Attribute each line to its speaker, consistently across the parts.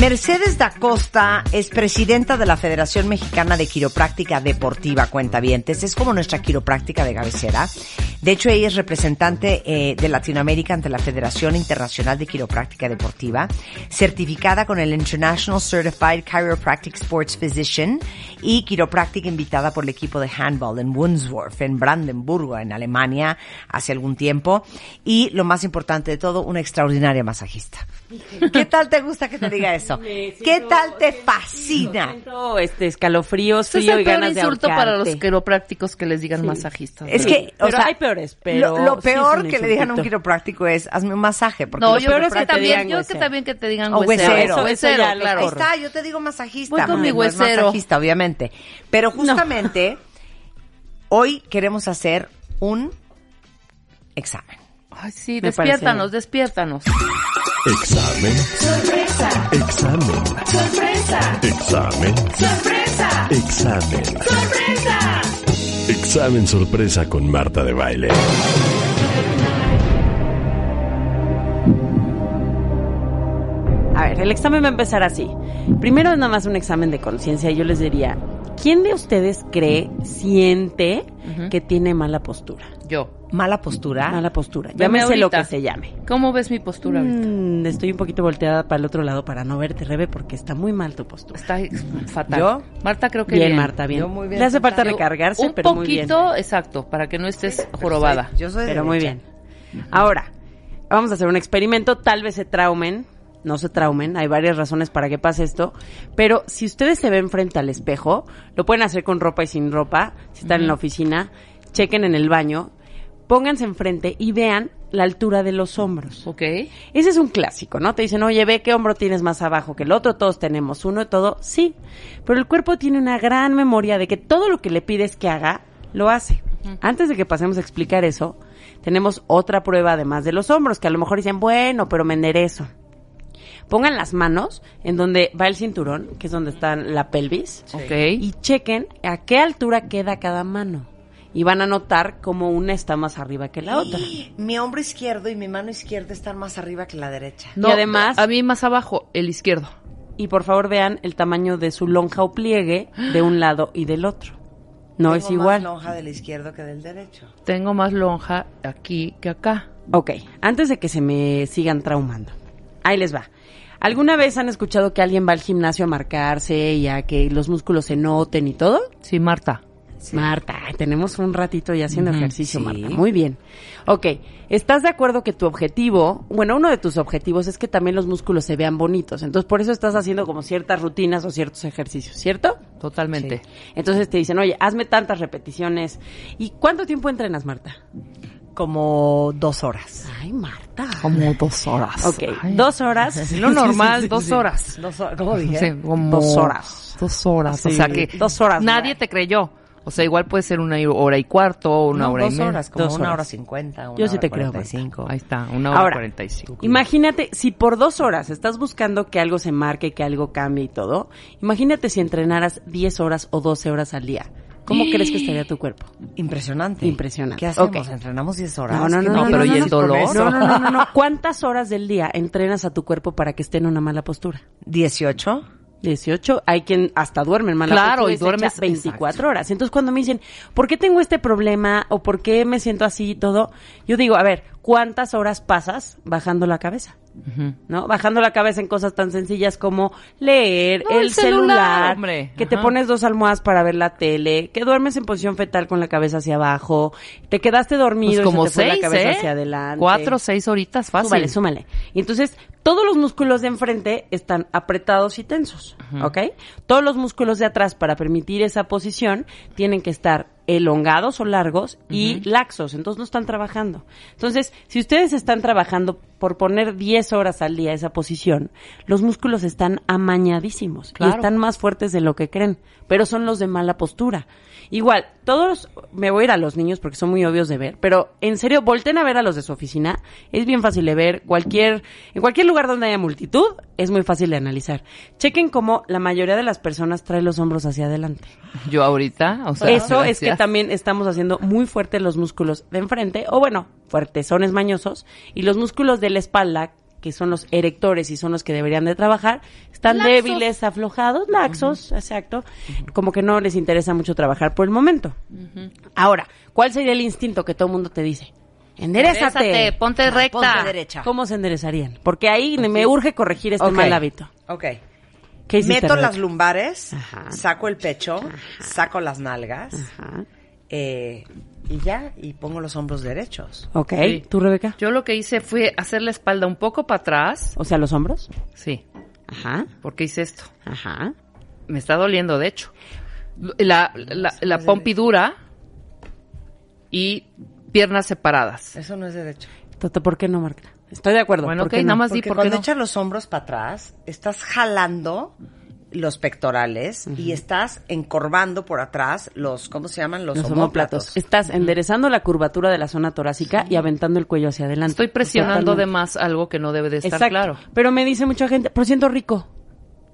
Speaker 1: Mercedes da Costa es presidenta de la Federación Mexicana de Quiropráctica Deportiva Cuentavientes. Es como nuestra quiropráctica de cabecera. De hecho, ella es representante eh, de Latinoamérica ante la Federación Internacional de Quiropráctica Deportiva, certificada con el International Certified Chiropractic Sports Physician y quiropráctica invitada por el equipo de handball en Wunsdorf, en Brandenburgo, en Alemania, hace algún tiempo. Y lo más importante de todo, una extraordinaria masajista. ¿Qué tal te gusta que te diga eso?
Speaker 2: Me siento-
Speaker 1: ¿Qué tal te
Speaker 2: siento-
Speaker 1: fascina?
Speaker 2: Siento, este, escalofríos,
Speaker 3: Ese es
Speaker 2: frío
Speaker 3: el
Speaker 2: y
Speaker 3: peor
Speaker 2: ganas de
Speaker 3: insulto para los
Speaker 2: ahorcarte.
Speaker 3: quiroprácticos que les digan masajistas.
Speaker 1: Es
Speaker 3: ¿verdad?
Speaker 1: que, o
Speaker 2: Pero
Speaker 1: sea,
Speaker 2: hay peores, pero
Speaker 1: lo, lo
Speaker 2: sí es un
Speaker 1: peor que le digan a un
Speaker 2: insultito.
Speaker 1: quiropráctico es hazme un masaje. Porque
Speaker 3: No,
Speaker 1: lo
Speaker 3: yo
Speaker 1: peor
Speaker 3: creo
Speaker 1: es
Speaker 3: que
Speaker 2: que te
Speaker 3: también,
Speaker 2: digan
Speaker 3: yo creo que
Speaker 2: huesero.
Speaker 3: también que te digan
Speaker 1: O
Speaker 3: huesero.
Speaker 1: huesero. Eso- eso
Speaker 3: huesero,
Speaker 2: ya lo
Speaker 3: claro.
Speaker 1: Ahí
Speaker 2: corro.
Speaker 1: está, yo te digo masajista.
Speaker 3: Voy con
Speaker 1: no,
Speaker 3: mi
Speaker 1: no es
Speaker 3: huesero.
Speaker 1: masajista, obviamente. Pero justamente hoy queremos hacer un examen.
Speaker 3: Ay, sí,
Speaker 2: Me parece
Speaker 3: despiértanos,
Speaker 2: bien.
Speaker 3: despiértanos.
Speaker 4: Examen. Sorpresa. Examen. Sorpresa. Examen. Sorpresa. Examen. Sorpresa. Examen sorpresa con Marta de Baile.
Speaker 2: A ver, el examen va a empezar así. Primero nada más un examen de conciencia. Yo les diría, ¿quién de ustedes cree, siente que tiene mala postura?
Speaker 3: Yo.
Speaker 1: Mala postura.
Speaker 2: Mala postura.
Speaker 3: Dame
Speaker 2: Llámese lo
Speaker 3: Ah, ahorita.
Speaker 2: que se llame.
Speaker 3: ¿Cómo ves mi postura ahorita?
Speaker 2: Mm, estoy un poquito volteada para el otro lado para no verte, Rebe, porque está muy mal tu postura.
Speaker 3: Está ex- fatal.
Speaker 1: ¿Yo?
Speaker 3: Marta, creo que
Speaker 2: Bien, Marta, bien.
Speaker 1: Yo muy bien
Speaker 2: Le hace falta
Speaker 3: Yo,
Speaker 2: recargarse,
Speaker 3: un
Speaker 2: pero muy bien.
Speaker 3: poquito, exacto, para que no estés jorobada.
Speaker 1: Yo soy
Speaker 2: Pero
Speaker 1: derecha.
Speaker 2: muy bien. Ahora, vamos a hacer un experimento. Tal vez se traumen. No se traumen. Hay varias razones para que pase esto. Pero si ustedes se ven frente al espejo, lo pueden hacer con ropa y sin ropa. Si están en la oficina, chequen en el baño. Pónganse enfrente y vean la altura de los hombros.
Speaker 3: ¿Ok?
Speaker 2: Ese es un clásico, ¿no? Te dicen, oye, ve qué hombro tienes más abajo que el otro, todos tenemos uno y todo, sí. Pero el cuerpo tiene una gran memoria de que todo lo que le pides que haga, lo hace. Antes de que pasemos a explicar eso, tenemos otra prueba además de los hombros, que a lo mejor dicen, bueno, pero me enderezo. Pongan las manos en donde va el cinturón, que es donde está la pelvis,
Speaker 3: ¿Ok?
Speaker 2: y chequen a qué altura queda cada mano. Y van a notar cómo una está más arriba que la otra.
Speaker 1: Mi hombro izquierdo y mi mano izquierda están más arriba que la derecha.
Speaker 3: No,
Speaker 2: y además-
Speaker 3: A mí más abajo, el izquierdo.
Speaker 2: y por favor vean el tamaño de su lonja o pliegue de un lado y del otro. No es igual.
Speaker 1: Tengo más lonja del izquierdo que del derecho.
Speaker 3: Tengo más lonja aquí que acá.
Speaker 2: Ok, antes de que se me sigan traumando, ahí les va. ¿Alguna vez han escuchado que alguien va al gimnasio a marcarse y a que los músculos se noten y todo?
Speaker 3: Sí, Marta.
Speaker 2: Marta, tenemos un ratito ya haciendo ejercicio,
Speaker 1: sí.
Speaker 2: Marta. Muy bien. Ok, ¿estás de acuerdo que tu objetivo, bueno, uno de tus objetivos es que también los músculos se vean bonitos? Entonces, por eso estás haciendo como ciertas rutinas o ciertos ejercicios, ¿cierto?
Speaker 3: Totalmente.
Speaker 2: Entonces te dicen, oye, hazme tantas repeticiones. ¿Y cuánto tiempo entrenas, Marta?
Speaker 1: Como dos horas.
Speaker 2: Ay, Marta.
Speaker 3: Como dos horas.
Speaker 2: Ok, dos horas.
Speaker 3: Lo normal, dos horas.
Speaker 1: Dos horas. ¿Cómo dije?
Speaker 3: Sí, como
Speaker 2: ¿eh? Dos horas.
Speaker 3: Dos horas. o
Speaker 2: Sí,
Speaker 3: sea que
Speaker 2: dos horas,
Speaker 3: nadie
Speaker 2: Nora.
Speaker 3: te creyó. O sea, igual puede ser una hora y cuarto, o una
Speaker 1: No,
Speaker 3: hora y
Speaker 1: dos
Speaker 3: media.
Speaker 1: horas, como
Speaker 2: Dos
Speaker 1: una hora
Speaker 2: horas.
Speaker 1: cincuenta, una
Speaker 2: Yo sí
Speaker 1: hora
Speaker 2: te creo,
Speaker 1: cuarenta y cinco.
Speaker 3: Ahí está, una hora
Speaker 2: Ahora, pues
Speaker 3: cuarenta y cinco.
Speaker 2: Imagínate, si por dos horas estás buscando que algo se marque, que algo cambie y todo, imagínate si entrenaras 10 horas o 12 horas al día. ¿Cómo crees que estaría tu cuerpo?
Speaker 1: Impresionante.
Speaker 2: Impresionante.
Speaker 1: ¿Qué hacemos?
Speaker 2: Ok.
Speaker 1: ¿Entrenamos 10 horas?
Speaker 2: No, no,
Speaker 1: ¿Qué
Speaker 2: no,
Speaker 3: no,
Speaker 2: no,
Speaker 3: pero
Speaker 2: no,
Speaker 3: ¿y el
Speaker 2: no,
Speaker 3: dolor?
Speaker 2: No, no, no, no, no. ¿Cuántas horas del día entrenas a tu cuerpo para que esté en una mala postura?
Speaker 1: 18.
Speaker 2: 18, hay quien hasta duerme en mala
Speaker 3: Claro,
Speaker 2: postura
Speaker 3: y
Speaker 2: se
Speaker 3: duermes-
Speaker 2: echa 24 horas. Entonces, cuando me dicen, ¿por qué tengo este problema? ¿O por qué me siento así y todo? Yo digo, a ver, ¿cuántas horas pasas bajando la cabeza? ¿No? Bajando la cabeza en cosas tan sencillas como leer,
Speaker 3: No,
Speaker 2: el,
Speaker 3: el celular,
Speaker 2: celular,
Speaker 3: hombre.
Speaker 2: que te
Speaker 3: Ajá.
Speaker 2: pones dos almohadas para ver la tele, que duermes en posición fetal con la cabeza hacia abajo, te quedaste dormido
Speaker 3: Pues
Speaker 2: y se
Speaker 3: como
Speaker 2: te fue
Speaker 3: seis,
Speaker 2: la cabeza
Speaker 3: ¿eh?
Speaker 2: hacia adelante.
Speaker 3: Cuatro, seis horitas, fácil.
Speaker 2: Súmale, súmale. Y entonces, todos los músculos de enfrente están apretados y tensos, ¿ok? Todos los músculos de atrás, para permitir esa posición, tienen que estar elongados o largos y laxos, entonces no están trabajando. Entonces, si ustedes están trabajando por poner 10 horas al día esa posición, los músculos están amañadísimos y
Speaker 3: Claro.
Speaker 2: están más fuertes de lo que creen, pero son los de mala postura. Igual, todos, me voy a ir a los niños porque son muy obvios de ver, pero en serio, volten a ver a los de su oficina, es bien fácil de ver, cualquier, en cualquier lugar donde haya multitud, es muy fácil de analizar. Chequen cómo la mayoría de las personas trae los hombros hacia adelante.
Speaker 3: Yo ahorita, o sea.
Speaker 2: Eso es que
Speaker 3: gracias.
Speaker 2: también estamos haciendo muy fuertes los músculos de enfrente, o bueno, fuertes, son mañosos, y los músculos de la espalda que son los erectores y son los que deberían de trabajar, están
Speaker 5: Laxos.
Speaker 2: débiles, aflojados, laxos, exacto, como que no les interesa mucho trabajar por el momento. Ahora, ¿cuál sería el instinto que todo el mundo te dice? Enderezate.
Speaker 5: Enderezate, ponte recta.
Speaker 1: Ponte derecha.
Speaker 2: ¿Cómo se enderezarían? Porque ahí me urge corregir este
Speaker 1: Ok.
Speaker 2: mal hábito.
Speaker 1: Ok.
Speaker 2: ¿Qué hiciste,
Speaker 1: Meto
Speaker 2: Rebeca?
Speaker 1: las lumbares,
Speaker 2: Ajá.
Speaker 1: saco el pecho, saco las nalgas
Speaker 2: Ajá.
Speaker 1: eh, y ya, y pongo los hombros derechos.
Speaker 2: Ok,
Speaker 3: Sí.
Speaker 2: ¿tú, Rebeca?
Speaker 3: Yo lo que hice fue hacer la espalda un poco para atrás.
Speaker 2: O sea, los hombros.
Speaker 3: Sí,
Speaker 2: Ajá,
Speaker 3: porque hice esto.
Speaker 2: ajá.
Speaker 3: Me está doliendo, de hecho. La, la, la pompidura y piernas separadas.
Speaker 1: Eso no es derecho.
Speaker 2: Toto, ¿por qué no, Marta? Estoy de acuerdo.
Speaker 3: Bueno,
Speaker 2: ¿por
Speaker 3: ok,
Speaker 2: qué no?
Speaker 3: nada más di
Speaker 1: Porque
Speaker 3: por qué
Speaker 1: cuando
Speaker 3: no.
Speaker 1: echas los hombros para atrás, estás jalando los pectorales y estás encorvando por atrás los, ¿cómo se llaman? Los,
Speaker 2: Los
Speaker 1: homóplatos.
Speaker 2: homóplatos. Estás enderezando la curvatura de la zona torácica y aventando el cuello hacia adelante.
Speaker 3: Estoy presionando de
Speaker 2: Totalmente.
Speaker 3: más algo que no debe de estar
Speaker 2: Exacto.
Speaker 3: claro.
Speaker 2: Pero me dice mucha gente, pero siento rico.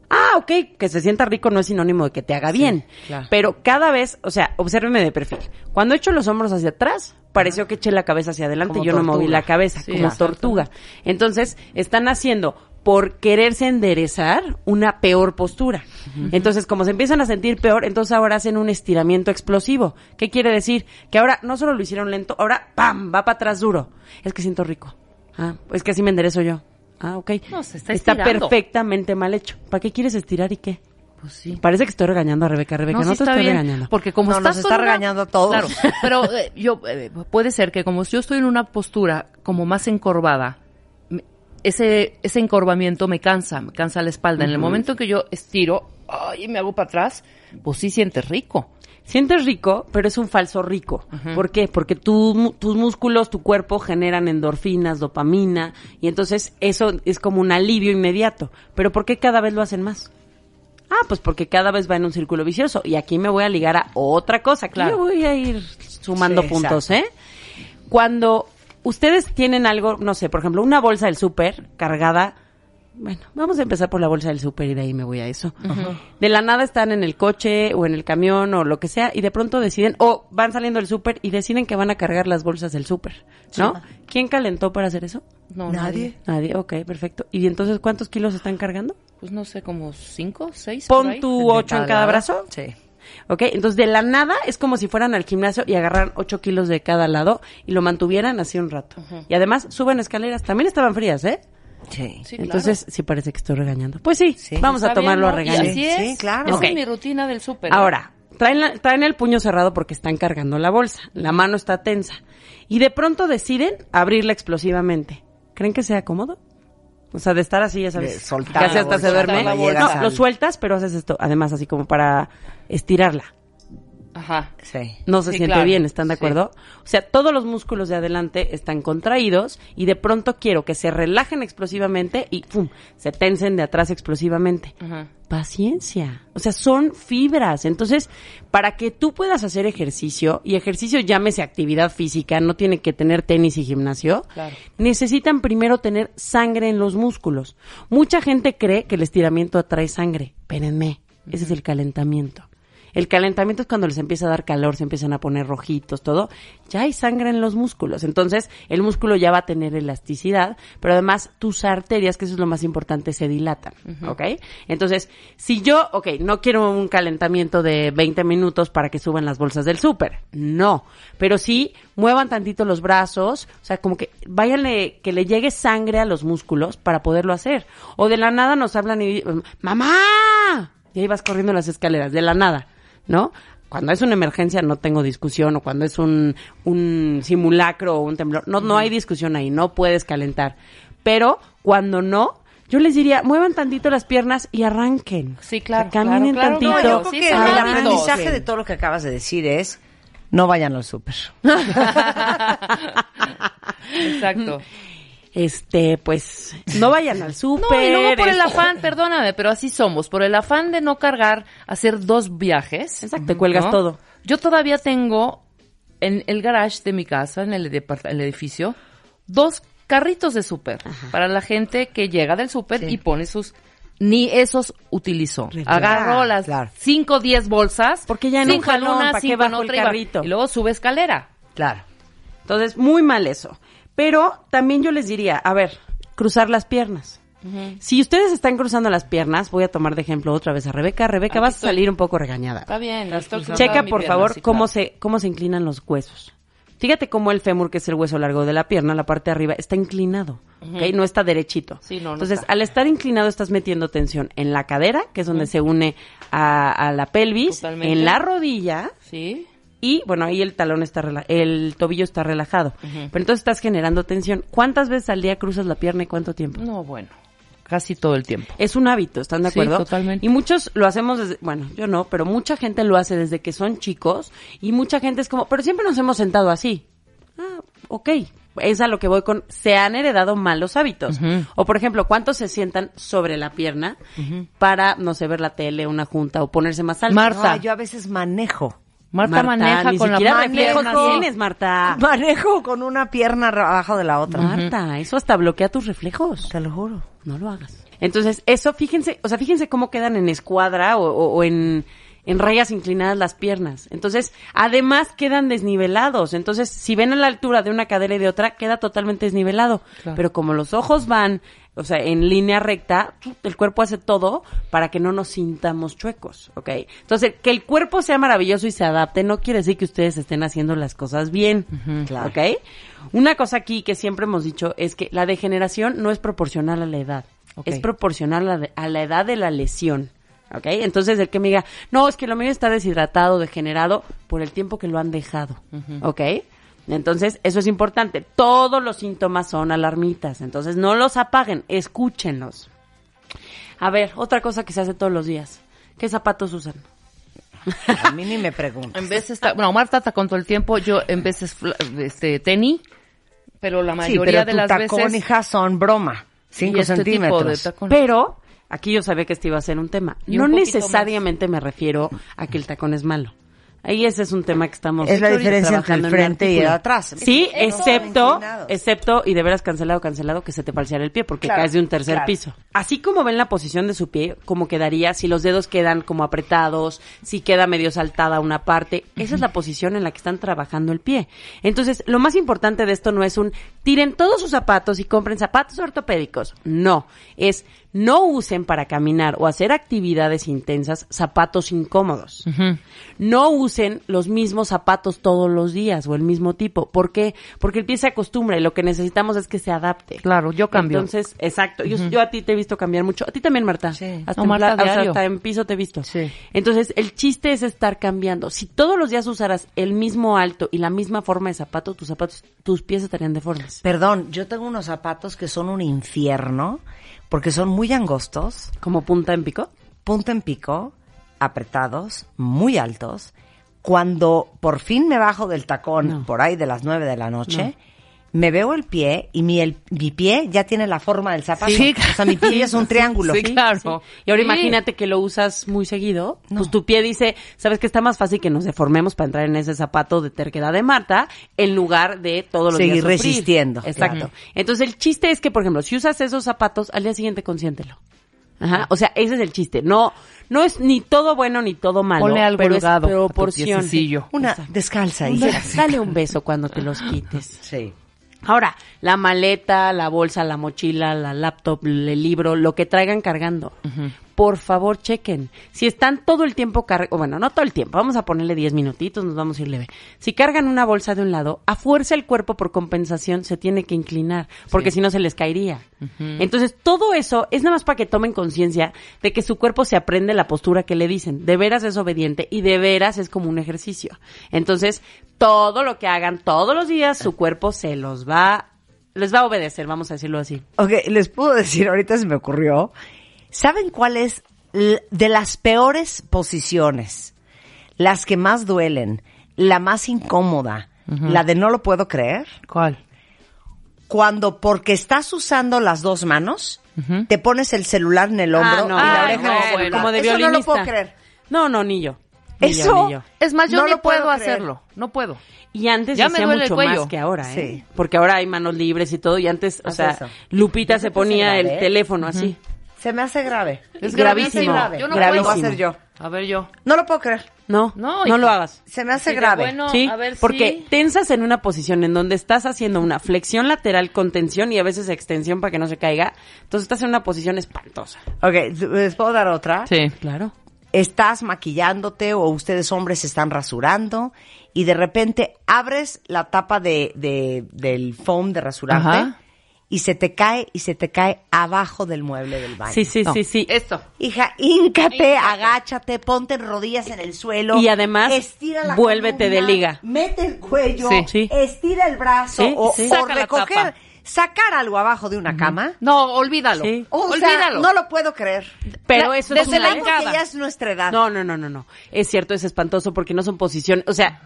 Speaker 2: Ah, ok, que se sienta rico no es sinónimo de que te haga bien.
Speaker 1: claro.
Speaker 2: Pero cada vez, o sea, obsérveme de perfil. Cuando echo los hombros hacia atrás, pareció que eché la cabeza hacia adelante
Speaker 3: Como
Speaker 2: y yo no moví
Speaker 3: tortuga.
Speaker 2: la cabeza,
Speaker 3: Sí,
Speaker 2: como
Speaker 3: exacto.
Speaker 2: tortuga. Entonces, están haciendo por quererse enderezar una peor postura. Entonces, como se empiezan a sentir peor, entonces ahora hacen un estiramiento explosivo. ¿Qué quiere decir? Que ahora no solo lo hicieron lento, ahora ¡pam! va para atrás duro. Es que siento rico. Ah, es que así me enderezo yo. Ah, ok.
Speaker 3: No, se está
Speaker 2: está
Speaker 3: estirando.
Speaker 2: perfectamente mal hecho. ¿Para qué quieres estirar y qué?
Speaker 3: Pues sí.
Speaker 2: Parece que estoy regañando a Rebeca. Rebeca, no,
Speaker 3: sí
Speaker 2: te
Speaker 3: está
Speaker 2: estoy
Speaker 3: bien,
Speaker 2: regañando.
Speaker 3: Porque como
Speaker 1: No,
Speaker 3: estás
Speaker 1: nos está
Speaker 3: con una-
Speaker 1: regañando a todos.
Speaker 3: Claro, pero eh, yo eh, puede ser que como yo estoy en una postura como más encorvada, me- ese ese encorvamiento me cansa, me cansa la espalda. En el momento que yo estiro, ay, y me hago para atrás, pues sí sientes rico.
Speaker 2: Sientes rico, pero es un falso rico. ¿Por qué? Porque tu mu- tus músculos, tu cuerpo generan endorfinas, dopamina, y entonces eso es como un alivio inmediato. Pero ¿por qué cada vez lo hacen más? Ah, pues porque cada vez va en un círculo vicioso. Y aquí me voy a ligar a otra cosa, claro.
Speaker 3: Claro.
Speaker 2: Yo voy a ir sumando
Speaker 1: Sí,
Speaker 2: puntos, ¿eh? Cuando ustedes tienen algo, no sé, por ejemplo, una bolsa del súper cargada. Bueno, vamos a empezar por la bolsa del súper y de ahí me voy a eso. De la nada están en el coche o en el camión o lo que sea y de pronto deciden, o van saliendo del súper y deciden que van a cargar las bolsas del súper, ¿no? ¿Quién calentó para hacer eso?
Speaker 3: No,
Speaker 2: Nadie, ok, perfecto. ¿Y entonces cuántos kilos están cargando?
Speaker 3: Pues no sé, como cinco, seis. por
Speaker 2: Pon
Speaker 3: ahí.
Speaker 2: tu ocho en cada brazo.
Speaker 1: Sí.
Speaker 2: ¿Ok? Entonces, de la nada es como si fueran al gimnasio y agarraran 8 kilos de cada lado y lo mantuvieran así un rato. Y además suben escaleras. También estaban frías, ¿eh?
Speaker 1: Sí.
Speaker 3: Sí, claro.
Speaker 2: Entonces, sí parece que estoy regañando. Pues sí,
Speaker 1: Sí.
Speaker 2: vamos a
Speaker 3: Está bien,
Speaker 2: tomarlo
Speaker 3: ¿no?
Speaker 2: a
Speaker 3: Y
Speaker 2: regañar.
Speaker 3: Así es.
Speaker 1: Sí, claro.
Speaker 3: Esa
Speaker 2: Ok.
Speaker 3: es mi rutina del súper.
Speaker 2: Ahora, traen, la- traen el puño cerrado porque están cargando la bolsa. La mano está tensa. Y de pronto deciden abrirla explosivamente. ¿Creen que sea cómodo? O sea, de estar así, ya
Speaker 1: De
Speaker 2: sabes.
Speaker 1: soltar
Speaker 2: Casi
Speaker 1: la
Speaker 2: hasta se
Speaker 1: bolsa,
Speaker 2: duerme.
Speaker 1: la
Speaker 2: No,
Speaker 1: bolsa.
Speaker 2: lo sueltas, pero haces esto. Además, así como para estirarla.
Speaker 3: Ajá.
Speaker 1: Sí.
Speaker 2: No se
Speaker 3: Sí,
Speaker 2: siente
Speaker 3: claro.
Speaker 2: bien, ¿están de
Speaker 3: Sí.
Speaker 2: acuerdo? O sea, todos los músculos de adelante están contraídos y de pronto quiero que se relajen explosivamente y ¡pum! se tensen de atrás explosivamente.
Speaker 3: Ajá.
Speaker 2: Paciencia. O sea, son fibras. Entonces, para que tú puedas hacer ejercicio, y ejercicio llámese actividad física, no tiene que tener tenis y gimnasio,
Speaker 3: Claro.
Speaker 2: necesitan primero tener sangre en los músculos. Mucha gente cree que el estiramiento atrae sangre. Espérenme, ese es el calentamiento. El calentamiento es cuando les empieza a dar calor, se empiezan a poner rojitos, todo. Ya hay sangre en los músculos. Entonces, el músculo ya va a tener elasticidad, pero además tus arterias, que eso es lo más importante, se dilatan. ¿Ok? Entonces, si yo, ok, no quiero un calentamiento de 20 minutos para que suban las bolsas del súper. No. Pero sí, muevan tantito los brazos. O sea, como que váyanle, que le llegue sangre a los músculos para poderlo hacer. O de la nada nos hablan y, ¡Mamá! Y ahí vas corriendo las escaleras, de la nada, ¿no? Cuando es una emergencia no tengo discusión, o cuando es un, un simulacro o un temblor, no, no hay discusión ahí, no puedes calentar. Pero cuando no, yo les diría, muevan tantito las piernas y arranquen.
Speaker 3: Sí, claro,
Speaker 2: O sea, Caminen
Speaker 3: claro,
Speaker 2: tantito.
Speaker 3: claro.
Speaker 1: No, yo creo
Speaker 3: Sí,
Speaker 1: que el
Speaker 3: está
Speaker 2: arranquen.
Speaker 3: bonito.
Speaker 1: aprendizaje de todo lo que acabas de decir es no vayan al súper.
Speaker 3: Exacto.
Speaker 2: Este, pues, no vayan al súper.
Speaker 3: No, y luego por el
Speaker 2: este-
Speaker 3: afán, perdóname, pero así somos, por el afán de no cargar, hacer dos viajes.
Speaker 2: Exacto, te cuelgas
Speaker 3: ¿no?
Speaker 2: todo.
Speaker 3: Yo todavía tengo en el garage de mi casa, en el, depart- el edificio, dos carritos de súper para la gente que llega del súper y pone sus... Ni esos utilizó. Agarró las
Speaker 1: claro.
Speaker 3: cinco o diez bolsas.
Speaker 2: Porque ya en un
Speaker 3: cinco
Speaker 2: jalón,
Speaker 3: una,
Speaker 2: ¿pa' qué
Speaker 3: cinco en
Speaker 2: bajo el
Speaker 3: otra y va-
Speaker 2: carrito?
Speaker 3: Y luego sube escalera.
Speaker 1: Claro.
Speaker 2: Entonces, muy mal eso. Pero también yo les diría, a ver, cruzar las piernas. Si ustedes están cruzando las piernas, voy a tomar de ejemplo otra vez a Rebeca. Rebeca,
Speaker 5: Aquí
Speaker 2: vas
Speaker 5: estoy.
Speaker 2: a salir un poco regañada.
Speaker 5: Está bien.
Speaker 3: Las
Speaker 5: estoy
Speaker 3: pulsadas.
Speaker 5: cruzando
Speaker 2: Checa,
Speaker 5: Pues mi
Speaker 2: por
Speaker 5: pierna,
Speaker 2: favor,
Speaker 5: sí,
Speaker 2: cómo,
Speaker 5: claro.
Speaker 2: se, cómo se inclinan los huesos. Fíjate cómo el fémur, que es el hueso largo de la pierna, la parte de arriba, está inclinado. ¿ok? No está derechito.
Speaker 5: Sí, no, no
Speaker 2: Entonces,
Speaker 5: está.
Speaker 2: al estar inclinado, estás metiendo tensión en la cadera, que es donde se une a, a la pelvis,
Speaker 5: Totalmente.
Speaker 2: en la rodilla.
Speaker 5: Sí.
Speaker 2: Y bueno, ahí el talón está rela- el tobillo está relajado. Pero entonces estás generando tensión. ¿Cuántas veces al día cruzas la pierna y cuánto tiempo?
Speaker 3: No, bueno, casi todo el tiempo.
Speaker 2: Es un hábito, ¿están de
Speaker 3: Sí,
Speaker 2: acuerdo?
Speaker 3: totalmente.
Speaker 2: Y muchos lo hacemos desde, bueno, yo no, pero mucha gente lo hace desde que son chicos y mucha gente es como, pero siempre nos hemos sentado así. Ah, ok. Es a lo que voy con, se han heredado malos hábitos. O por ejemplo, ¿cuántos se sientan sobre la pierna para, no sé, ver la tele, una junta o ponerse más alto?
Speaker 3: Marta.
Speaker 1: No, yo a veces manejo.
Speaker 3: Marta, maneja
Speaker 2: ni
Speaker 3: con la
Speaker 2: siquiera
Speaker 3: mano
Speaker 2: reflejos
Speaker 3: izquierda, así.
Speaker 2: tienes, Marta.
Speaker 1: Manejo con una pierna ra- abajo de la otra.
Speaker 2: Marta, eso hasta bloquea tus reflejos.
Speaker 1: Te lo juro.
Speaker 2: No lo hagas. Entonces, eso, fíjense, o sea, fíjense cómo quedan en escuadra o, o- o en, en rayas inclinadas las piernas. Entonces, además quedan desnivelados. Entonces, si ven a la altura de una cadera y de otra, queda totalmente desnivelado. Pero como los ojos van, o sea, en línea recta, el cuerpo hace todo para que no nos sintamos chuecos, ¿ok? Entonces, que el cuerpo sea maravilloso y se adapte no quiere decir que ustedes estén haciendo las cosas bien,
Speaker 1: claro.
Speaker 2: ¿ok? Una cosa aquí que siempre hemos dicho es que la degeneración no es proporcional a la edad,
Speaker 3: Ok.
Speaker 2: es proporcional a, de- a la edad de la lesión. ¿Ok? Entonces el que me diga, no, es que lo mío está deshidratado, degenerado, por el tiempo que lo han dejado. ¿Ok? Entonces, eso es importante. Todos los síntomas son alarmitas. Entonces, no los apaguen, escúchenlos. A ver, otra cosa que se hace todos los días. ¿Qué zapatos usan?
Speaker 1: A mí ni me preguntas.
Speaker 3: En veces está, bueno, Marta está con todo el tiempo, yo en veces fla- este tenis, pero la
Speaker 1: Sí,
Speaker 3: mayoría
Speaker 1: pero
Speaker 3: de
Speaker 1: tu
Speaker 3: las
Speaker 1: tacón,
Speaker 3: veces
Speaker 1: hija, son broma. Cinco
Speaker 3: y este tipo de
Speaker 1: centímetros.
Speaker 3: tacón.
Speaker 2: Pero, aquí yo sabía que este iba a ser un tema.
Speaker 3: Y
Speaker 2: no
Speaker 3: un poquito
Speaker 2: necesariamente me refiero a que el tacón es malo. Ahí ese es un tema que estamos
Speaker 1: Es la diferencia entre el
Speaker 2: trabajando en mi
Speaker 1: frente y el
Speaker 2: artículo.
Speaker 1: atrás.
Speaker 2: Sí,
Speaker 1: Eso,
Speaker 2: excepto,
Speaker 1: inclinados.
Speaker 2: excepto, y de veras cancelado, cancelado, que se te parciara el pie porque
Speaker 1: Claro,
Speaker 2: caes de un tercer
Speaker 1: claro.
Speaker 2: piso. Así como ven la posición de su pie, como quedaría, si los dedos quedan como apretados, si queda medio saltada una parte, esa es la posición en la que están trabajando el pie. Entonces, lo más importante de esto no es un tiren todos sus zapatos y compren zapatos ortopédicos. No, es no usen para caminar o hacer actividades intensas zapatos incómodos. No usen los mismos zapatos todos los días o el mismo tipo. ¿Por qué? Porque el pie se acostumbra y lo que necesitamos es que se adapte.
Speaker 3: Claro, yo cambio.
Speaker 2: Entonces, exacto. Yo, yo a ti te he visto cambiar mucho. A ti también, Marta.
Speaker 1: Sí.
Speaker 2: Hasta,
Speaker 3: No,
Speaker 2: en pla-
Speaker 3: Marta,
Speaker 2: o sea,
Speaker 3: diario.
Speaker 2: hasta en piso te he visto.
Speaker 3: Sí.
Speaker 2: Entonces, el chiste es estar cambiando. Si todos los días usaras el mismo alto y la misma forma de zapato, tus zapatos, tus pies estarían deformes.
Speaker 1: Perdón, yo tengo unos zapatos que son un infierno porque son muy angostos,
Speaker 2: Como punta en pico.
Speaker 1: punta en pico, apretados, muy altos. Cuando por fin me bajo del tacón,
Speaker 2: No.
Speaker 1: por ahí de las nueve de la noche, me veo el pie y mi, el- mi pie ya tiene la forma del zapato.
Speaker 3: Sí.
Speaker 1: O sea, mi pie ya es un triángulo.
Speaker 3: Sí, claro.
Speaker 2: Y ahora
Speaker 3: Sí.
Speaker 2: imagínate que lo usas muy seguido.
Speaker 1: No.
Speaker 2: Pues tu pie dice, sabes que está más fácil que nos deformemos para entrar en ese zapato de terquedad de Marta, en lugar de todos los
Speaker 1: Seguir
Speaker 2: días sufrir.
Speaker 1: resistiendo,
Speaker 2: Exacto.
Speaker 1: claro.
Speaker 2: Entonces el chiste es que, por ejemplo, si usas esos zapatos, al día siguiente consiéntelo. Ajá. O sea, ese es el chiste. No, no es ni todo bueno ni todo malo.
Speaker 3: Ponle algo
Speaker 2: pero
Speaker 3: holgado a
Speaker 2: es
Speaker 3: tu
Speaker 2: proporción.
Speaker 3: piececillo.
Speaker 1: Una descalza y
Speaker 2: Una- Dale un beso cuando te los quites.
Speaker 1: Sí.
Speaker 2: Ahora, la maleta, la bolsa, la mochila, la laptop, el libro, lo que traigan cargando. Por favor, chequen. Si están todo el tiempo cargando, bueno, no todo el tiempo, vamos a ponerle 10 minutitos, nos vamos a ir leve. Si cargan una bolsa de un lado, a fuerza el cuerpo por compensación se tiene que inclinar, porque si no se les caería. Entonces, todo eso es nada más para que tomen conciencia de que su cuerpo se aprende la postura que le dicen. De veras es obediente y de veras es como un ejercicio. Entonces, todo lo que hagan todos los días, su cuerpo se los va, les va a obedecer, vamos a decirlo así.
Speaker 1: Ok, les puedo decir, ahorita se me ocurrió. ¿Saben cuál es l- de las peores posiciones? Las que más duelen, la más incómoda, la de no lo puedo creer.
Speaker 3: ¿Cuál?
Speaker 1: Cuando porque estás usando las dos manos, te pones el celular en el hombro
Speaker 2: Ah, no,
Speaker 1: y la
Speaker 2: ay,
Speaker 1: oreja
Speaker 2: no,
Speaker 1: en el
Speaker 2: bueno,
Speaker 1: celular.
Speaker 2: como de
Speaker 1: Eso no lo
Speaker 2: violinista.
Speaker 1: puedo creer.
Speaker 2: No, no, ni yo. Ni yo,
Speaker 1: Eso
Speaker 2: ni yo.
Speaker 3: Es más, yo
Speaker 1: No
Speaker 3: no
Speaker 1: lo puedo
Speaker 3: puedo,
Speaker 1: creer.
Speaker 3: hacerlo, no puedo.
Speaker 2: Y antes
Speaker 3: Ya me
Speaker 2: hacía
Speaker 3: duele el
Speaker 2: mucho
Speaker 3: cuello.
Speaker 2: más que ahora, ¿eh?
Speaker 1: Sí.
Speaker 2: Porque ahora hay manos libres y todo. Y antes, o
Speaker 1: Haz
Speaker 2: sea,
Speaker 1: eso.
Speaker 2: Lupita se
Speaker 1: Yo creo que se
Speaker 2: ponía el
Speaker 1: grabé.
Speaker 2: teléfono así.
Speaker 1: Se me hace grave.
Speaker 3: Es
Speaker 1: Grave,
Speaker 3: gravísimo. Yo no
Speaker 1: grave.
Speaker 3: puedo.
Speaker 1: Lo voy a hacer yo.
Speaker 3: A ver yo.
Speaker 1: No lo puedo creer.
Speaker 2: No,
Speaker 3: No,
Speaker 2: no,
Speaker 3: hija.
Speaker 2: lo hagas.
Speaker 1: Se me hace
Speaker 3: Así de,
Speaker 1: grave.
Speaker 3: bueno,
Speaker 2: Sí,
Speaker 3: a ver
Speaker 2: porque
Speaker 3: si-
Speaker 2: tensas en una posición en donde estás haciendo una flexión lateral con tensión y a veces extensión para que no se caiga. Entonces estás en una posición espantosa.
Speaker 1: Ok, ¿les puedo dar otra?
Speaker 3: Sí.
Speaker 2: Claro.
Speaker 1: Estás maquillándote o ustedes hombres se están rasurando y de repente abres la tapa de, de- del foam de rasurarte
Speaker 3: Ajá.
Speaker 1: y se te cae y se te cae abajo del mueble del baño.
Speaker 2: Sí, sí,
Speaker 3: No.
Speaker 2: sí, sí.
Speaker 3: Esto.
Speaker 1: Hija, híncate, agáchate, ponte en rodillas en el suelo.
Speaker 2: Y además,
Speaker 1: estira la
Speaker 2: vuélvete de liga.
Speaker 1: Mete el cuello,
Speaker 3: Sí.
Speaker 2: Sí.
Speaker 1: estira el brazo
Speaker 2: Sí,
Speaker 1: o,
Speaker 2: sí.
Speaker 1: o
Speaker 3: Saca la
Speaker 1: recoger,
Speaker 3: tapa.
Speaker 1: sacar algo abajo de una cama.
Speaker 3: No, olvídalo.
Speaker 2: Sí.
Speaker 1: O sea,
Speaker 3: olvídalo.
Speaker 1: no lo puedo creer.
Speaker 2: Pero
Speaker 3: La-
Speaker 2: eso es
Speaker 3: desde
Speaker 2: una
Speaker 3: la
Speaker 1: Porque
Speaker 3: Claro. época
Speaker 1: ya es nuestra
Speaker 3: Ah.
Speaker 1: edad.
Speaker 2: No, no, no, no, no. Es cierto, es espantoso porque no son posiciones. O sea,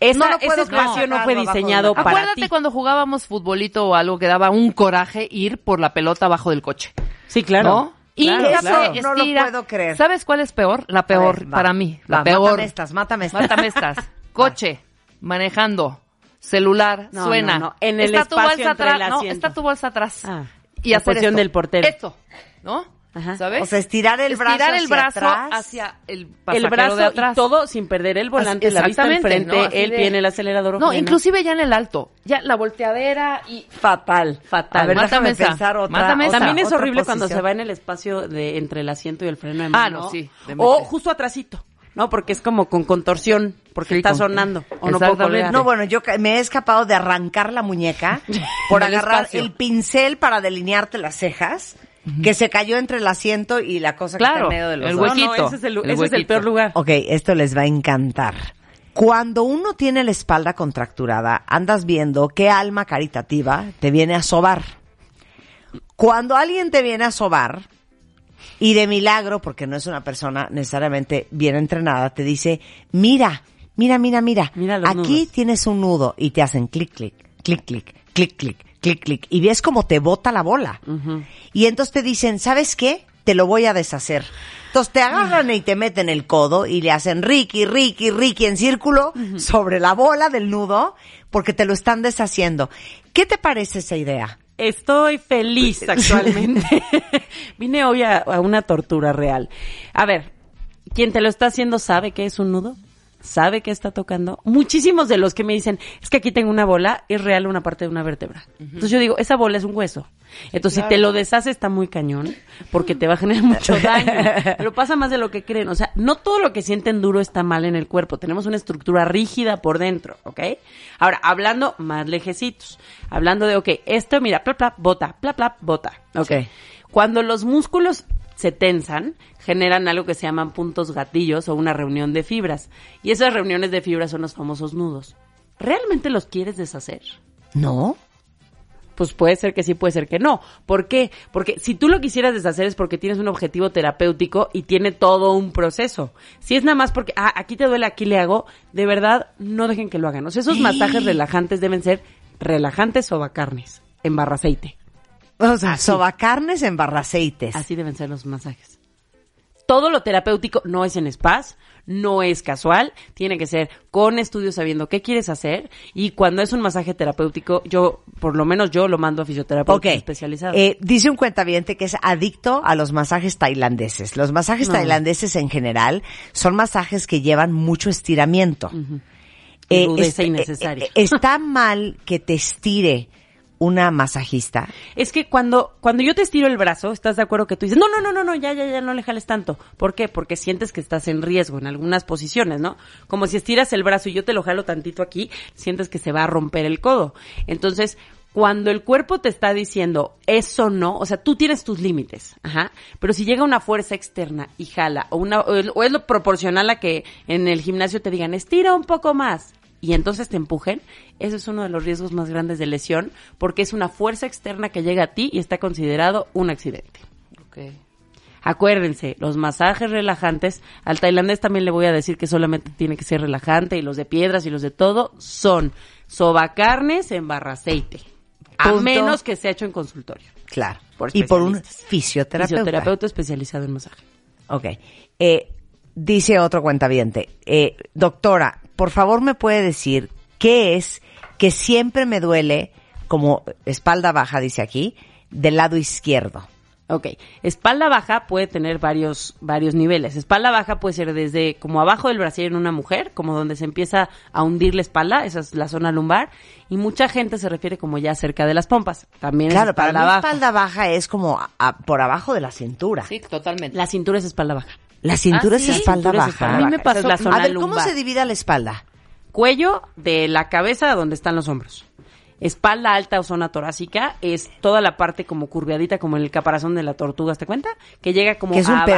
Speaker 2: esa-
Speaker 1: No lo
Speaker 2: ese
Speaker 1: puedo
Speaker 2: espacio no fue
Speaker 1: agarrarlo abajo de
Speaker 2: diseñado
Speaker 1: una-
Speaker 2: para
Speaker 3: Acuérdate
Speaker 2: ti.
Speaker 3: cuando jugábamos futbolito o algo que daba un coraje ir por la pelota abajo del coche.
Speaker 2: Sí, claro.
Speaker 3: ¿No?
Speaker 2: Claro,
Speaker 1: Eso
Speaker 2: claro.
Speaker 1: no lo puedo creer.
Speaker 3: ¿Sabes cuál es peor? La peor
Speaker 1: A ver, va,
Speaker 3: para mí.
Speaker 1: va,
Speaker 3: La peor.
Speaker 1: Mátame estas, mátame estas.
Speaker 3: Mátame estas. Coche, manejando, celular,
Speaker 2: No,
Speaker 3: suena.
Speaker 2: no, no. En el
Speaker 3: está tu
Speaker 2: espacio
Speaker 3: bolsa
Speaker 2: entre
Speaker 3: atrás.
Speaker 2: el
Speaker 3: No,
Speaker 2: asiento.
Speaker 3: está tu bolsa atrás.
Speaker 2: Ah,
Speaker 3: y
Speaker 2: la
Speaker 3: hacer
Speaker 2: posición
Speaker 3: esto.
Speaker 2: del portero.
Speaker 3: Esto, ¿no?
Speaker 2: Ajá.
Speaker 3: ¿Sabes?
Speaker 1: O sea, estirar el brazo
Speaker 3: Estirar el
Speaker 1: hacia
Speaker 3: brazo
Speaker 1: atrás.
Speaker 3: hacia el pasajero
Speaker 2: El
Speaker 3: de
Speaker 2: brazo
Speaker 3: atrás.
Speaker 2: y todo sin perder el volante, la vista
Speaker 3: Exactamente,
Speaker 2: enfrente,
Speaker 3: ¿no? Así
Speaker 2: el
Speaker 3: de-
Speaker 2: pie en el acelerador.
Speaker 3: No,
Speaker 2: freno.
Speaker 3: inclusive ya en el alto. Ya la volteadera y...
Speaker 1: Fatal, fatal. A ver,
Speaker 3: Mátame
Speaker 1: déjame
Speaker 3: esa,
Speaker 1: pensar otra.
Speaker 3: mátame esa.
Speaker 1: otra-
Speaker 2: También es
Speaker 1: otra
Speaker 2: horrible cuando
Speaker 1: posición.
Speaker 2: se va en el espacio de entre el asiento y el freno de mano.
Speaker 3: Ah, no, sí, de
Speaker 2: O
Speaker 3: meter.
Speaker 2: justo atrasito, ¿no? Porque es como con contorsión, porque
Speaker 3: Sí,
Speaker 2: está
Speaker 3: con-
Speaker 2: sonando. O no puedo
Speaker 3: Exactamente.
Speaker 2: colgar.
Speaker 1: No, bueno, yo ca- me he escapado de arrancar la muñeca por
Speaker 3: Del
Speaker 1: agarrar
Speaker 3: espacio.
Speaker 1: el pincel para delinearte las cejas, que se cayó entre el asiento y la cosa
Speaker 3: Claro,
Speaker 1: que está en medio de los
Speaker 3: el
Speaker 1: dos.
Speaker 3: huequito.
Speaker 2: No, no, ese es el,
Speaker 3: el
Speaker 2: ese es el
Speaker 3: huequito.
Speaker 2: peor lugar.
Speaker 1: Ok, esto les va a encantar. Cuando uno tiene la espalda contracturada, andas viendo qué alma caritativa te viene a sobar. Cuando alguien te viene a sobar, y de milagro, porque no es una persona necesariamente bien entrenada, te dice, mira, mira, mira, mira,
Speaker 2: Mira los
Speaker 1: aquí
Speaker 2: nudos.
Speaker 1: tienes un nudo y te hacen clic, clic, clic, clic, clic, clic, clic, clic, y ves cómo te bota la bola. Y entonces te dicen, ¿sabes qué? Te lo voy a deshacer. Entonces te agarran y te meten el codo y le hacen Ricky, Ricky, Ricky en círculo sobre la bola del nudo porque te lo están deshaciendo. ¿Qué te parece esa idea?
Speaker 2: Estoy feliz actualmente. Vine hoy a, a una tortura real. A ver, quien te lo está haciendo sabe que es un nudo, sabe que está tocando. Muchísimos de los que me dicen, es que aquí tengo una bola, es real una parte de una vértebra. Entonces yo digo, esa bola es un hueso. Entonces si te lo deshaces está muy cañón, porque te va a generar mucho daño. Pero pasa más de lo que creen. O sea, no todo lo que sienten duro está mal en el cuerpo. Tenemos una estructura rígida por dentro, ¿ok? Ahora, hablando más lejecitos. Hablando de, ok, esto, mira, plap, plap, bota, plap, plap, bota.
Speaker 1: Ok.
Speaker 2: Cuando los músculos se tensan, generan algo que se llaman puntos gatillos o una reunión de fibras. Y esas reuniones de fibras son los famosos nudos. ¿Realmente los quieres deshacer?
Speaker 1: ¿No?
Speaker 2: Pues puede ser que sí, puede ser que no. ¿Por qué? Porque si tú lo quisieras deshacer es porque tienes un objetivo terapéutico y tiene todo un proceso. Si es nada más porque, ah, aquí te duele, aquí le hago, de verdad, no dejen que lo hagan. O sea, esos masajes relajantes deben ser relajantes sobacarnes, en barra aceite.
Speaker 1: O sea, sobacarnes en barraceites.
Speaker 2: Así deben ser los masajes. Todo lo terapéutico no es en spas, no es casual, tiene que ser con estudios sabiendo qué quieres hacer y cuando es un masaje terapéutico, yo, por lo menos yo lo mando a
Speaker 1: Ok.
Speaker 2: fisioterapeutas especializados.
Speaker 1: Eh, dice un cuentaviente que es adicto a los masajes tailandeses. Los masajes
Speaker 2: No.
Speaker 1: tailandeses en general son masajes que llevan mucho estiramiento.
Speaker 2: Y rudeza
Speaker 1: este-
Speaker 2: innecesaria.
Speaker 1: eh, eh, está mal que te estire una masajista.
Speaker 2: Es que cuando, cuando yo te estiro el brazo, ¿estás de acuerdo que tú dices, no, no, no, no, no, ya, ya, ya, no le jales tanto? ¿Por qué? Porque sientes que estás en riesgo en algunas posiciones, ¿no? Como si estiras el brazo y yo te lo jalo tantito aquí, sientes que se va a romper el codo. Entonces, cuando el cuerpo te está diciendo, eso no, o sea, tú tienes tus límites, ajá, pero si llega una fuerza externa y jala, o, una, o el- o es lo proporcional a que en el gimnasio te digan, estira un poco más, y entonces te empujen, ese es uno de los riesgos más grandes de lesión porque es una fuerza externa que llega a ti y está considerado un accidente. Acuérdense, los masajes relajantes, al tailandés también le voy a decir que solamente tiene que ser relajante y los de piedras y los de todo son sobacarnes en barra aceite, a
Speaker 1: Punto.
Speaker 2: menos que sea hecho en consultorio.
Speaker 1: Claro.
Speaker 2: Por
Speaker 1: y por un
Speaker 2: especialistas.
Speaker 1: fisioterapeuta.
Speaker 2: Fisioterapeuta especializado en masaje.
Speaker 1: Ok. Eh, dice otro cuentaviente. eh, doctora, por favor me puede decir qué es que siempre me duele como espalda baja, dice aquí, del lado izquierdo.
Speaker 2: Ok, espalda baja puede tener varios, varios niveles. Espalda baja puede ser desde como abajo del brasier en una mujer, como donde se empieza a hundir la espalda, esa es la zona lumbar, y mucha gente se refiere como ya cerca de las pompas. También
Speaker 1: Claro,
Speaker 2: es
Speaker 1: para
Speaker 2: espalda
Speaker 1: la
Speaker 2: baja.
Speaker 1: espalda baja es como a- a- por abajo de la cintura.
Speaker 3: Sí, totalmente.
Speaker 2: La cintura es espalda baja.
Speaker 1: La cintura
Speaker 3: Ah,
Speaker 1: es
Speaker 3: sí,
Speaker 1: espalda
Speaker 2: Cintura es
Speaker 1: baja.
Speaker 2: espalda
Speaker 3: A mí me
Speaker 2: baja. Esa es
Speaker 3: pasó-
Speaker 2: la zona
Speaker 1: a ver, ¿cómo
Speaker 2: lumbar.
Speaker 1: se divide la espalda?
Speaker 2: Cuello de la cabeza a donde están los hombros. Espalda alta o zona torácica es toda la parte como curveadita, como en el caparazón de la tortuga, ¿te cuenta? Que llega como
Speaker 1: Que es un
Speaker 2: abajito.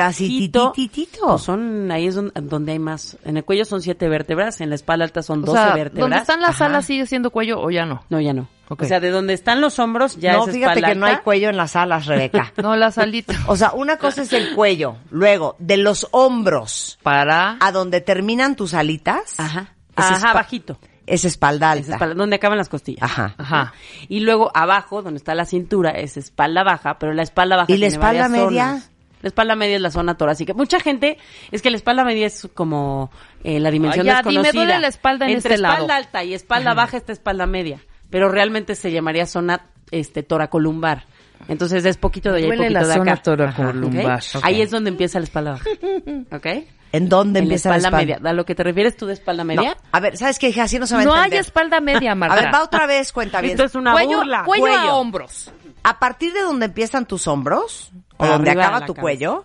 Speaker 1: pedacitititito.
Speaker 2: Pues son, ahí es don- donde, hay más. En el cuello son siete vértebras, en la espalda alta son
Speaker 3: O
Speaker 2: doce
Speaker 3: sea,
Speaker 2: vértebras.
Speaker 3: ¿dónde están las
Speaker 1: Ajá.
Speaker 3: alas sigue siendo cuello o ya no?
Speaker 2: No, ya no.
Speaker 3: Ok.
Speaker 2: O sea, de donde están los hombros ya
Speaker 1: no,
Speaker 2: es
Speaker 1: fíjate
Speaker 2: espalda
Speaker 1: que no hay
Speaker 2: alta.
Speaker 1: cuello en las alas, Rebeca.
Speaker 3: No, las alitas.
Speaker 1: O sea, una cosa es el cuello, luego de los hombros
Speaker 3: Para...
Speaker 1: a donde terminan tus alitas.
Speaker 2: Ajá.
Speaker 1: Es
Speaker 2: Ajá,
Speaker 1: espa-
Speaker 2: abajito.
Speaker 1: Es espalda alta.
Speaker 2: Es espalda- donde acaban las costillas.
Speaker 1: Ajá.
Speaker 3: Ajá.
Speaker 2: Y luego abajo, donde está la cintura, es espalda baja, pero la espalda baja.
Speaker 1: ¿Y la
Speaker 2: tiene
Speaker 1: espalda
Speaker 2: varias
Speaker 1: media?
Speaker 2: zonas. La espalda media es la zona torácica. Mucha gente, es que la espalda media es como eh, la dimensión
Speaker 3: Ay, ya, dime,
Speaker 2: desconocida.
Speaker 3: duele la espalda en
Speaker 2: Entre
Speaker 3: este lado.
Speaker 2: espalda alta y espalda baja está espalda media, pero realmente se llamaría zona este toracolumbar. Entonces es poquito de allá y
Speaker 3: Duele
Speaker 2: poquito
Speaker 3: la
Speaker 2: de
Speaker 3: zona
Speaker 2: acá.
Speaker 3: toracolumbar.
Speaker 2: Ajá, ¿ok? Ahí es donde empieza la espalda baja. ¿Ok?
Speaker 1: ¿En dónde
Speaker 2: En
Speaker 1: empieza la espalda?
Speaker 2: media. ¿A lo que te refieres tú de espalda
Speaker 1: No,
Speaker 2: media?
Speaker 1: A ver, ¿sabes qué? Así no se va a
Speaker 3: No hay
Speaker 1: entender.
Speaker 3: espalda media, Marta.
Speaker 1: A ver, va otra vez, cuenta bien.
Speaker 2: Esto es una
Speaker 3: cuello,
Speaker 2: burla.
Speaker 3: Cuello,
Speaker 1: Cuello.
Speaker 3: a hombros.
Speaker 1: A partir de donde empiezan tus hombros, o
Speaker 2: Para
Speaker 1: donde
Speaker 2: arriba de
Speaker 1: acaba
Speaker 2: la
Speaker 1: tu
Speaker 2: cabeza.
Speaker 1: cuello,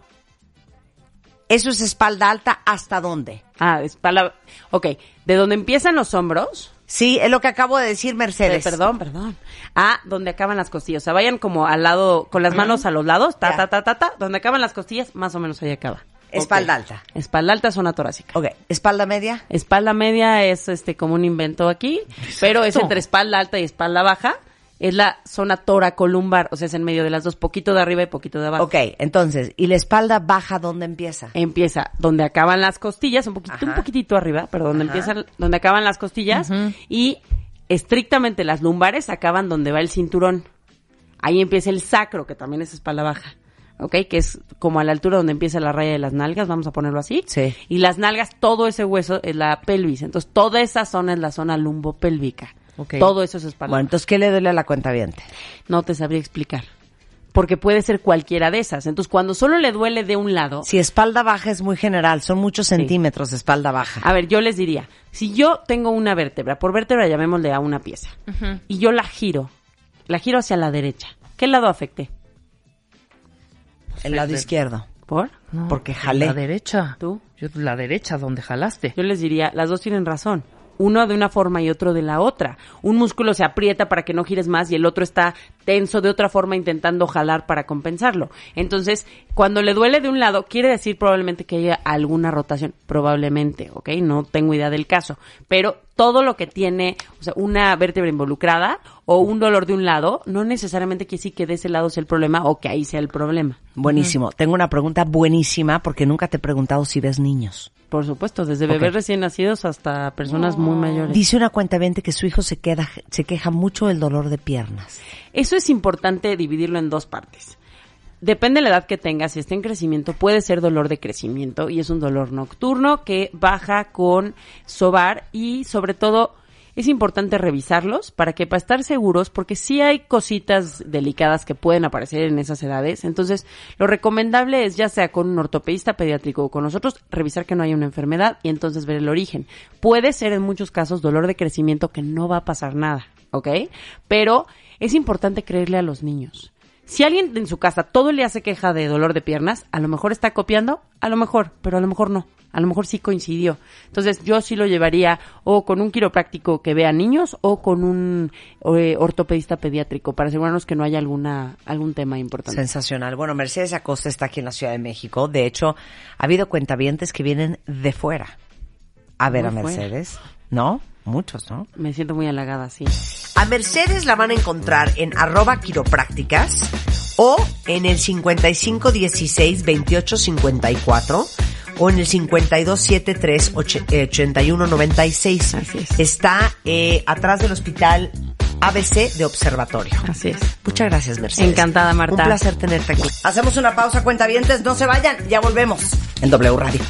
Speaker 1: eso es espalda alta, ¿hasta dónde?
Speaker 2: Ah, espalda. Ok, de donde empiezan los hombros.
Speaker 1: Sí, es lo que acabo de decir, Mercedes.
Speaker 2: Eh, perdón, perdón. Ah, donde acaban las costillas. O sea, vayan como al lado, con las manos a los lados, ta,
Speaker 1: Ya.
Speaker 2: ta, ta, ta, ta. Donde acaban las costillas, más o menos ahí acaba.
Speaker 1: Espalda
Speaker 2: Ok.
Speaker 1: alta.
Speaker 2: Espalda alta, zona torácica.
Speaker 1: Ok, espalda media.
Speaker 2: Espalda media es este como un invento aquí, pero es entre espalda alta y espalda baja. Es la zona toracolumbar, o sea, es en medio de las dos, poquito de arriba y poquito de abajo.
Speaker 1: Ok, entonces, ¿y la espalda baja dónde empieza?
Speaker 2: empieza donde acaban las costillas, un poquito,
Speaker 1: Ajá.
Speaker 2: un poquitito arriba, pero donde
Speaker 1: Ajá.
Speaker 2: empiezan, donde acaban las costillas y estrictamente las lumbares acaban donde va el cinturón. Ahí empieza el sacro, que también es espalda baja. ¿Ok? Que es como a la altura donde empieza la raya de las nalgas, vamos a ponerlo así.
Speaker 1: Sí.
Speaker 2: Y las nalgas, todo ese hueso es la pelvis. Entonces, toda esa zona es la zona lumbopélvica.
Speaker 1: Ok.
Speaker 2: Todo eso es espalda
Speaker 1: Bueno, entonces, ¿qué le duele a la cuenta viente?
Speaker 2: No te sabría explicar. Porque puede ser cualquiera de esas. Entonces, cuando solo le duele de un lado,
Speaker 1: Si espalda baja es muy general, son muchos centímetros de espalda baja.
Speaker 2: A ver, yo les diría, si yo tengo una vértebra, por vértebra llamémosle a una pieza, y yo la giro, la giro hacia la derecha, ¿qué lado afecté?
Speaker 1: el lado izquierdo.
Speaker 2: ¿Por?
Speaker 3: No,
Speaker 1: Porque jalé.
Speaker 3: La derecha.
Speaker 2: ¿Tú?
Speaker 3: Yo, la derecha, donde jalaste.
Speaker 2: Yo les diría, las dos tienen razón. Uno de una forma y otro de la otra. Un músculo se aprieta para que no gires más y el otro está tenso de otra forma intentando jalar para compensarlo. Entonces, cuando le duele de un lado, quiere decir probablemente que haya alguna rotación. Probablemente, ¿ok? No tengo idea del caso. Pero todo lo que tiene, o sea, una vértebra involucrada o un dolor de un lado, no necesariamente quiere decir que de ese lado sea el problema o que ahí sea el problema.
Speaker 1: Buenísimo. Tengo una pregunta buenísima porque nunca te he preguntado si ves niños.
Speaker 2: Por supuesto, desde bebés recién nacidos hasta personas muy mayores.
Speaker 1: Dice una cuenta que su hijo se, queda, se queja mucho del dolor de piernas.
Speaker 2: Eso es importante dividirlo en dos partes. Depende de la edad que tengas, si está en crecimiento, puede ser dolor de crecimiento y es un dolor nocturno que baja con sobar y sobre todo es importante revisarlos para que para estar seguros, porque sí hay cositas delicadas que pueden aparecer en esas edades. Entonces, lo recomendable es ya sea con un ortopedista pediátrico o con nosotros, revisar que no haya una enfermedad y entonces ver el origen. Puede ser en muchos casos dolor de crecimiento que no va a pasar nada. ¿ok? Pero es importante creerle a los niños. Si alguien en su casa todo le hace queja de dolor de piernas, a lo mejor está copiando, a lo mejor, pero a lo mejor no, a lo mejor sí coincidió. Entonces yo sí lo llevaría o con un quiropráctico que vea niños o con un eh, ortopedista pediátrico para asegurarnos que no haya alguna algún tema importante.
Speaker 1: Sensacional. Bueno, Mercedes Acosta está aquí en la Ciudad de México. De hecho, ha habido cuentavientes que vienen de fuera a ver
Speaker 2: Muy
Speaker 1: a Mercedes. ¿No? Muchos, ¿no?
Speaker 2: Me siento muy halagada, sí.
Speaker 1: A Mercedes la van a encontrar en arroba quiroprácticas o en el 5516-2854 o en el 5273-8196.
Speaker 2: Así es.
Speaker 1: Está eh, atrás del hospital ABC de Observatorio.
Speaker 2: Así es.
Speaker 1: Muchas gracias, Mercedes.
Speaker 2: Encantada, Marta.
Speaker 1: Un placer tenerte aquí. Hacemos una pausa, cuentavientes. No se vayan, ya volvemos en W Radio.